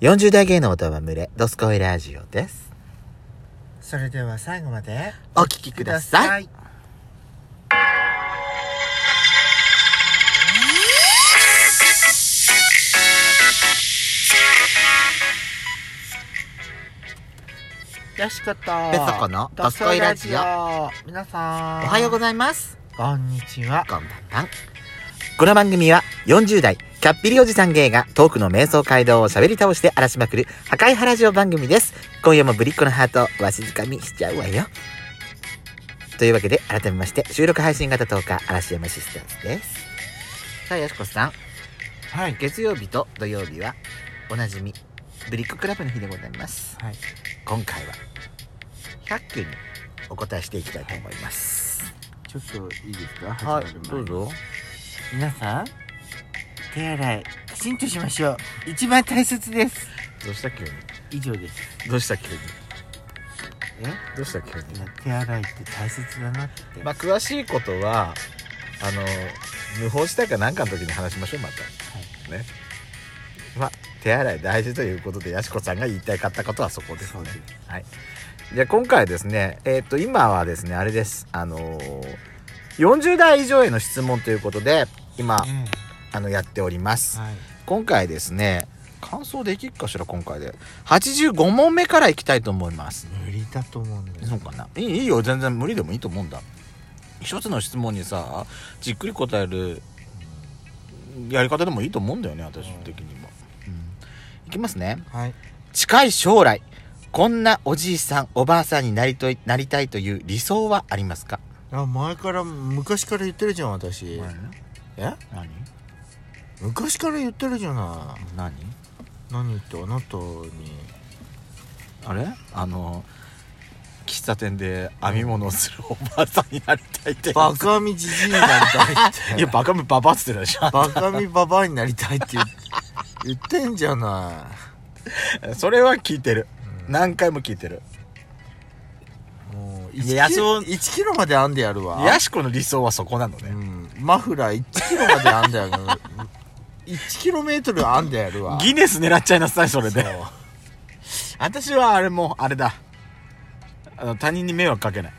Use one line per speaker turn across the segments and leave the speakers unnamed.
40代芸能とは群れ、ドスコイラジオです。
それでは最後まで
お聞きください。
いよしこと
ペソコのドスコイラジオ
皆さん
おはようご
ざ
ざ
い
います。
ますこんにちは
こんばんは。この番組は40代、キャッピリおじさん芸がトークの瞑想街道を喋り倒して荒らしまくる破壊ハラジオ番組です。今夜もぶりっ子のハートをわしづかみしちゃうわよ。というわけで改めまして収録配信型トーカー嵐山シスターズです。さあ、やしこさん。
はい
月曜日と土曜日はおなじみブリッククラブの日でございます
はい
今回は100件にお答えしていきたいと思います
ちょっといいですか始まる前に
ぞ
皆さん手洗いきちんとしましょう一番大切です
どうした急に
以上です
どうした急に
え
どうした急に
いや手洗いって大切だなって、
まあ詳しいことはあの無法したかなんかの時に話しましょうまたねまあ手洗い大事ということでやしこさんが言いたいかったことはそこです
そう
ね
です
はい。じゃあ今回ですね、えっ、と、今はですね、あれです。あのー40代以上への質問ということで、今、
え
あの、やっております。
はい
今回ですね、感想できるかしら、今回で。85問目からいきたいと思います。
無理だと思うんだよ
そうかないいいいよ、全然無理でもいいと思うんだ。一つの質問にさ、じっくり答えるやり方でもいいと思うんだよね、私的にも。うん、いきますね。
はい
近い将来こんなおじいさんおばあさんになりといなりたいという理想はありますか、
あ前から昔から言ってるじゃん私、え
何
昔から言ってるじゃない
何
何言ってあなたに
あれあの喫茶店で編み物をするおばあさんになりたいって
バカみじじいになりたいって
いやバカめババアっつってるでしょ
バカみババアになりたいって言っ言ってんじゃな
それは聞いてる
うん
何回も聞いてる
いもう
いや
1キロ
そう
1キロまで編んでやるわ
やしこの理想はそこなの
う
ね、
ん、マフラー1キロまで編んだよ1キロメートル編んでやるわ
ギネス狙っちゃいなさいそれで
そう
私はあれもうあれだあの他人に迷惑かけない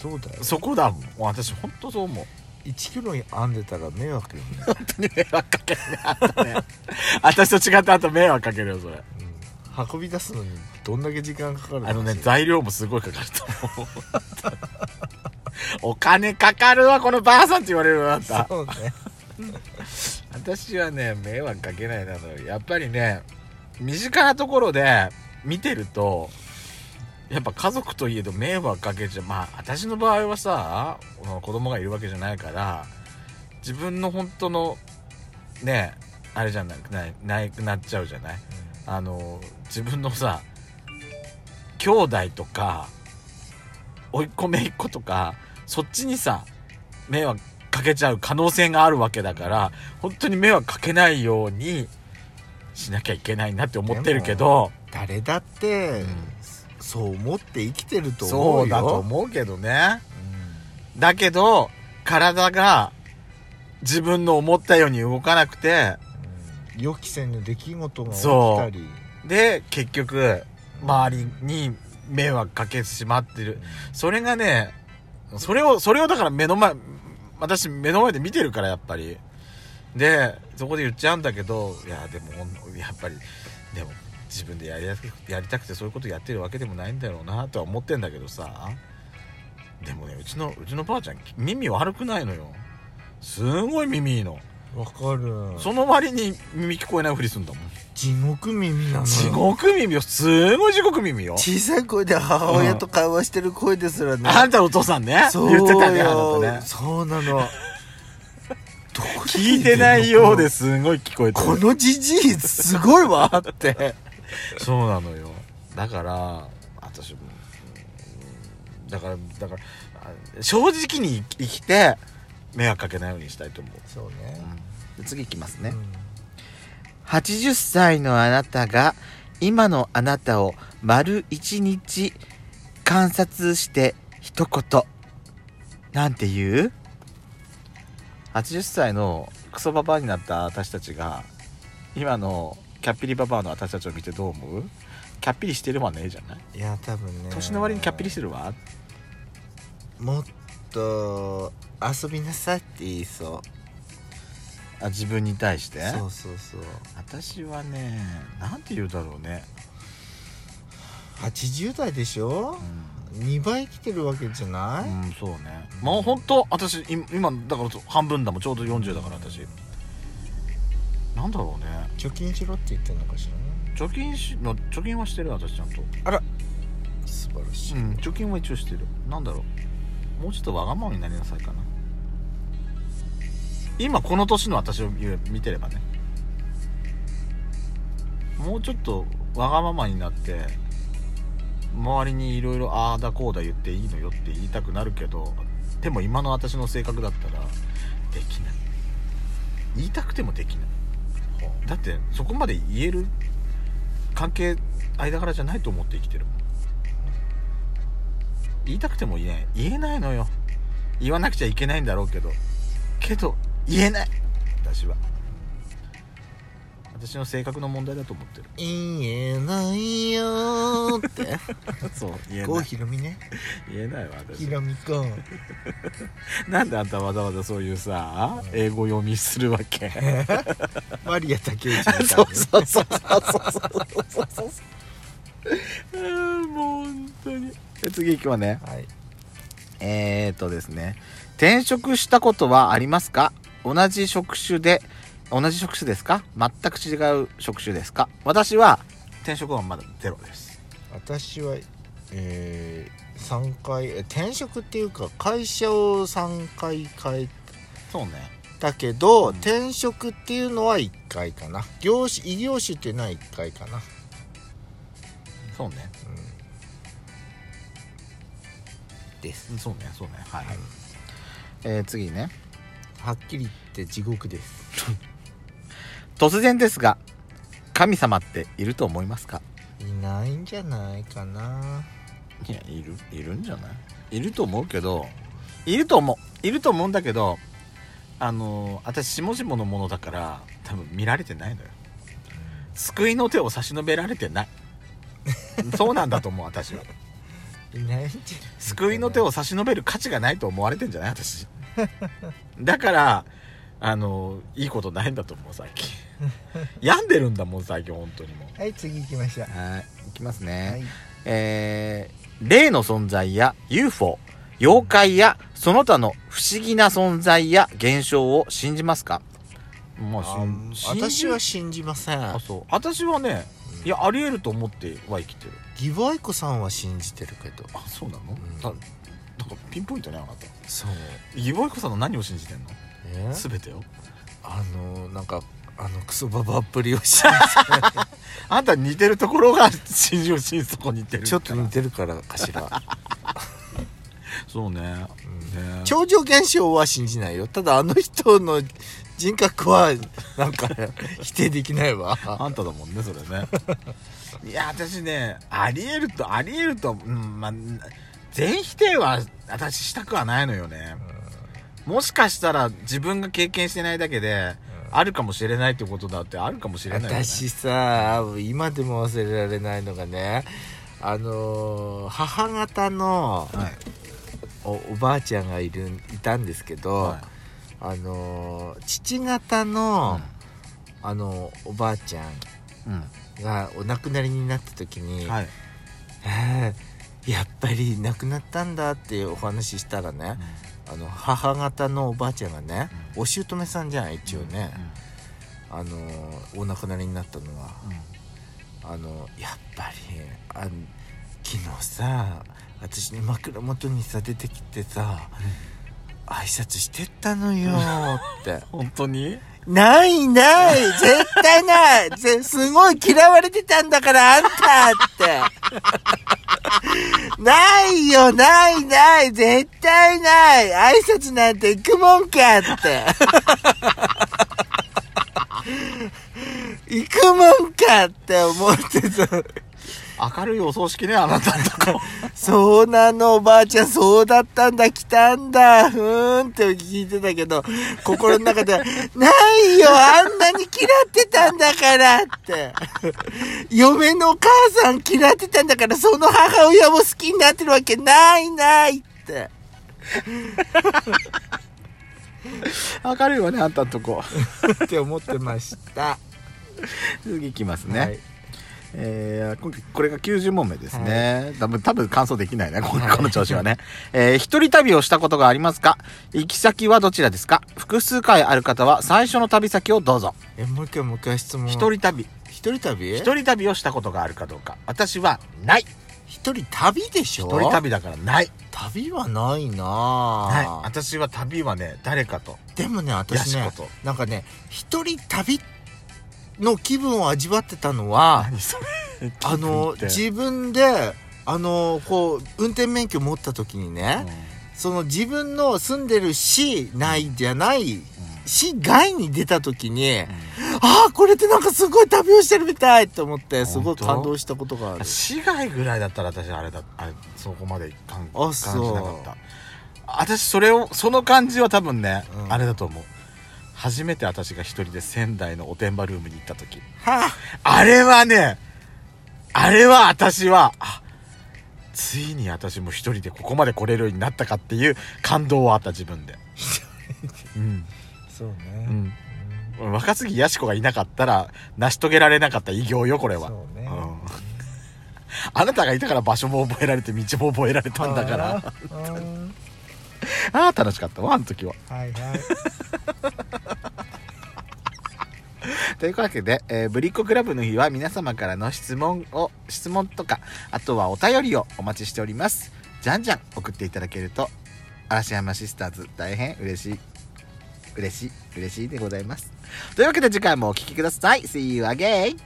そうだよ
そこだもん私本当そう思う
1キロ編んでたら迷惑よね、
本当に迷惑かけるねあとね 私と違ってあと迷惑かけるよそれ
うん、運び出すのにどんだけ時間かかる
あのね
マジで
材料もすごいかかると思う お金かかるわこのばあさんって言われるわあんた
そうね
私はね迷惑かけないなのよやっぱりね身近なところで見てるとやっぱ家族といえど迷惑かけちゃうまあ私の場合はさこの子供がいるわけじゃないから自分の本当のねあれじゃなくないないくなっちゃうじゃないあの自分のさ兄弟とか甥っ子姪っ子とかそっちにさ迷惑かけちゃう可能性があるわけだから本当に迷惑かけないようにしなきゃいけないなって思ってるけど
誰だって、
うん
そう思って生きてると思
そう
よ
うだと思うけどねだけど体が自分の思ったように動かなくて
うんうん予期せぬ出来事が起きたり
で結局周りに迷惑かけてしまってるそれがね、それを、それをだから目の前、私目の前で見てるからやっぱり。で、そこで言っちゃうんだけど、いや、でもほん、やっぱり、でも自分でやりややりたくてそういうことやってるわけでもないんだろうなとは思ってんだけどさ。でもね、うちの、うちのばあちゃん耳悪くないのよ。すごい耳いいの。
わかる
その割に耳聞こえないふりすんだもん。
地獄耳なのよ
地獄耳よ。すごい地獄耳よ。
小さい声で母親と会話してる声ですらね、
あんたのお父さんね。
そう
言ってたね、あ
よ
なたね。
そうなのどこで
聞いてないようですすごい聞こえて
このじじいすごいわって
そうなのよだから私もうんだからだからあ正直に生きて迷惑かけないようにしたいと思う、
そうね
次いきますね、80歳のあなたが今のあなたを丸1日観察して一言なんて言う ?80 歳のクソババアになった私たちが今のキャッピリババアの私たちを見てどう思うキャッピリしてるわねじゃない
いや多分ね
年の割にキャッピリしてるわ
もっと遊びなさいって言いそう
あ自分に対して
そうそうそう
私はねなんて言うだろうね、
80代でしょ
う
2倍生きてるわけじゃない、
ん、うん、そうねもう本当私い今だから半分だもんちょうど40だから私なんだろうね
貯金しろって言ってるのかしら
貯金しの貯金はしてる私ちゃんと、
ね素晴らしい、
うん、貯金は一応してるなんだろうもうちょっとわがままになりなさいかな今この年の私を見見てればねもうちょっとわがままになって周りにいろいろああだこうだ言っていいのよって言いたくなるけどでも今の私の性格だったらできない言いたくてもできないだってそこまで言える関係間柄じゃないと思って生きてるもん言いたくても言えない言えないのよ言わなくちゃいけないんだろうけどけど言えない私は私の性格の問題だと思ってる
言えないよ ーって
そう言
郷ひろみね
言えないわ
ひ
私
ろみこ
なんであんたわざわざそういうさ
うん
英語読みするわけ
マリア竹内みたい な
そうそうそうそうそうそう そうそうあーもう本当にえ次行きまね
はい
えー、とですね転職したことはありますか同じ職種で同じ職種ですか全く違う職種ですか私は転職はまだゼロです
私はえー、3回え転職っていうか会社を3回変え
そうね
たけど、
うん
転職っていうのは1回かな業種異業種っていうのは1回かな、
そうね
うん、です
そうねそうねはい、
はい
えー、次ね
はっきり言って地獄です
突然ですが神様っていると思いますか
いないんじゃないかない
やいるいるんじゃないいると思うけどいると思ういると思うんだけどあのー私下々のものだから多分見られてないのよ救いの手を差し伸べられてないそうなんだと 思う私はい
ないんじゃ
救いの手を差し伸べる価値がないと思われてんじゃない私だからあのいいことないんだと思う最 近病んでるんだもん最近本当にもう
はい次行きましょう
はいいきますね、
はい
えー霊の存在や UFO 妖怪やその他の不思議な存在や現象を信じますかま
あん私は信じません
あそう私はねいやありえると思っては生きてる
ギボアイコさんは信じてるけど
あそうなの、
ん
だなんかピンポイントねあなた
そう
イボイコさんの何を信じてんの
え
全てを
あのなんかあのクソババアっぷり を信じ
あんた似てるところが信じを信じとこ似てる
てちょっと似てるからかしら、
そうね,、ね
超常現象は信じないよただあの人の人格はなんか 否定できないわ
あんただもんねそれね いや私ねありえるとありえると、うんまあ、全否定は私したくはないのよねもしかしたら自分が経験してないだけで、あるかもしれないってことだってあるかもしれないよね
私さ今でも忘れられないのがねあのー母方の
はい
おおばあちゃんがいるいたんですけど、
は
あのー父方の、あのおばあちゃん
いうん
がお亡くなりになった時に、
はい
あーやっぱり亡くなったんだってお話ししたらねあの母方のおばあちゃんがね、
うん
お姑さんじゃん一応ね、
う
あのーお亡くなりになったのは。
んうん
あのやっぱりあの昨日さ私の枕元にさ出てきてさ挨拶してったのよって
本当に
ないない絶対ないぜすごい嫌われてたんだからあんたってないよないない絶対ない挨拶なんて行くもんかって行くもんかって思ってた
明るいお葬式ねあなたのとこ
そうなの、おばあちゃん、そうだったんだ、来たんだ、ふーんって聞いてたけど、心の中 では、ないよ、あんなに嫌ってたんだからって。嫁のお母さん嫌ってたんだから、その母親も好きになってるわけないないって。
明るいわねあんたのとこ
って思ってました。
次いきますね、
はい。
えー、ここれが90問目ですね、多分多分完走できないねこの この調子はね、えー、一人旅をしたことがありますか行き先はどちらですか複数回ある方は最初の旅先をどうぞ
え、もう一回、もう一回質問。
一、人旅
一人旅
一人旅をしたことがあるかどうか私はない
一人旅でしょ
一人旅だからない
旅はないな
はい
ぁ。
私は旅はね誰かと
でもね
や
私
し
ね
こと
なんかね一人旅の気分を味わってたのは
何 それ
あの自分であのこう運転免許持った時にね、その自分の住んでる市内じゃない市外に出た時に、ああこれってなんかすごい旅をしてるみたいと思ってすご
本
い
当
感動したことがある
市外ぐらいだったら私あれだあれそこまで感
あ
感じ
そう
なかった私それをその感じは多分ね、
うん
あれだと思う初めて私が一人で仙台のおてんばルームに行った時
はあ
あれはねあれは私はあついに私も一人でここまで来れるようになったかっていう感動はあった自分でうん、
そうね、
うん、若杉やし子がいなかったら成し遂げられなかった偉業よこれは
そうね
うん あなたがいたから場所も覚えられて道も覚えられたんだからああー楽しかったわあの時は
はいはい
というわけで、えーぶりっ子クラブの日は皆様からの質問を質問とかあとはお便りをお待ちしておりますじゃんじゃん送っていただけると嵐山シスターズ大変嬉しい嬉しい嬉しいでございますというわけで次回もお聴きください See you again!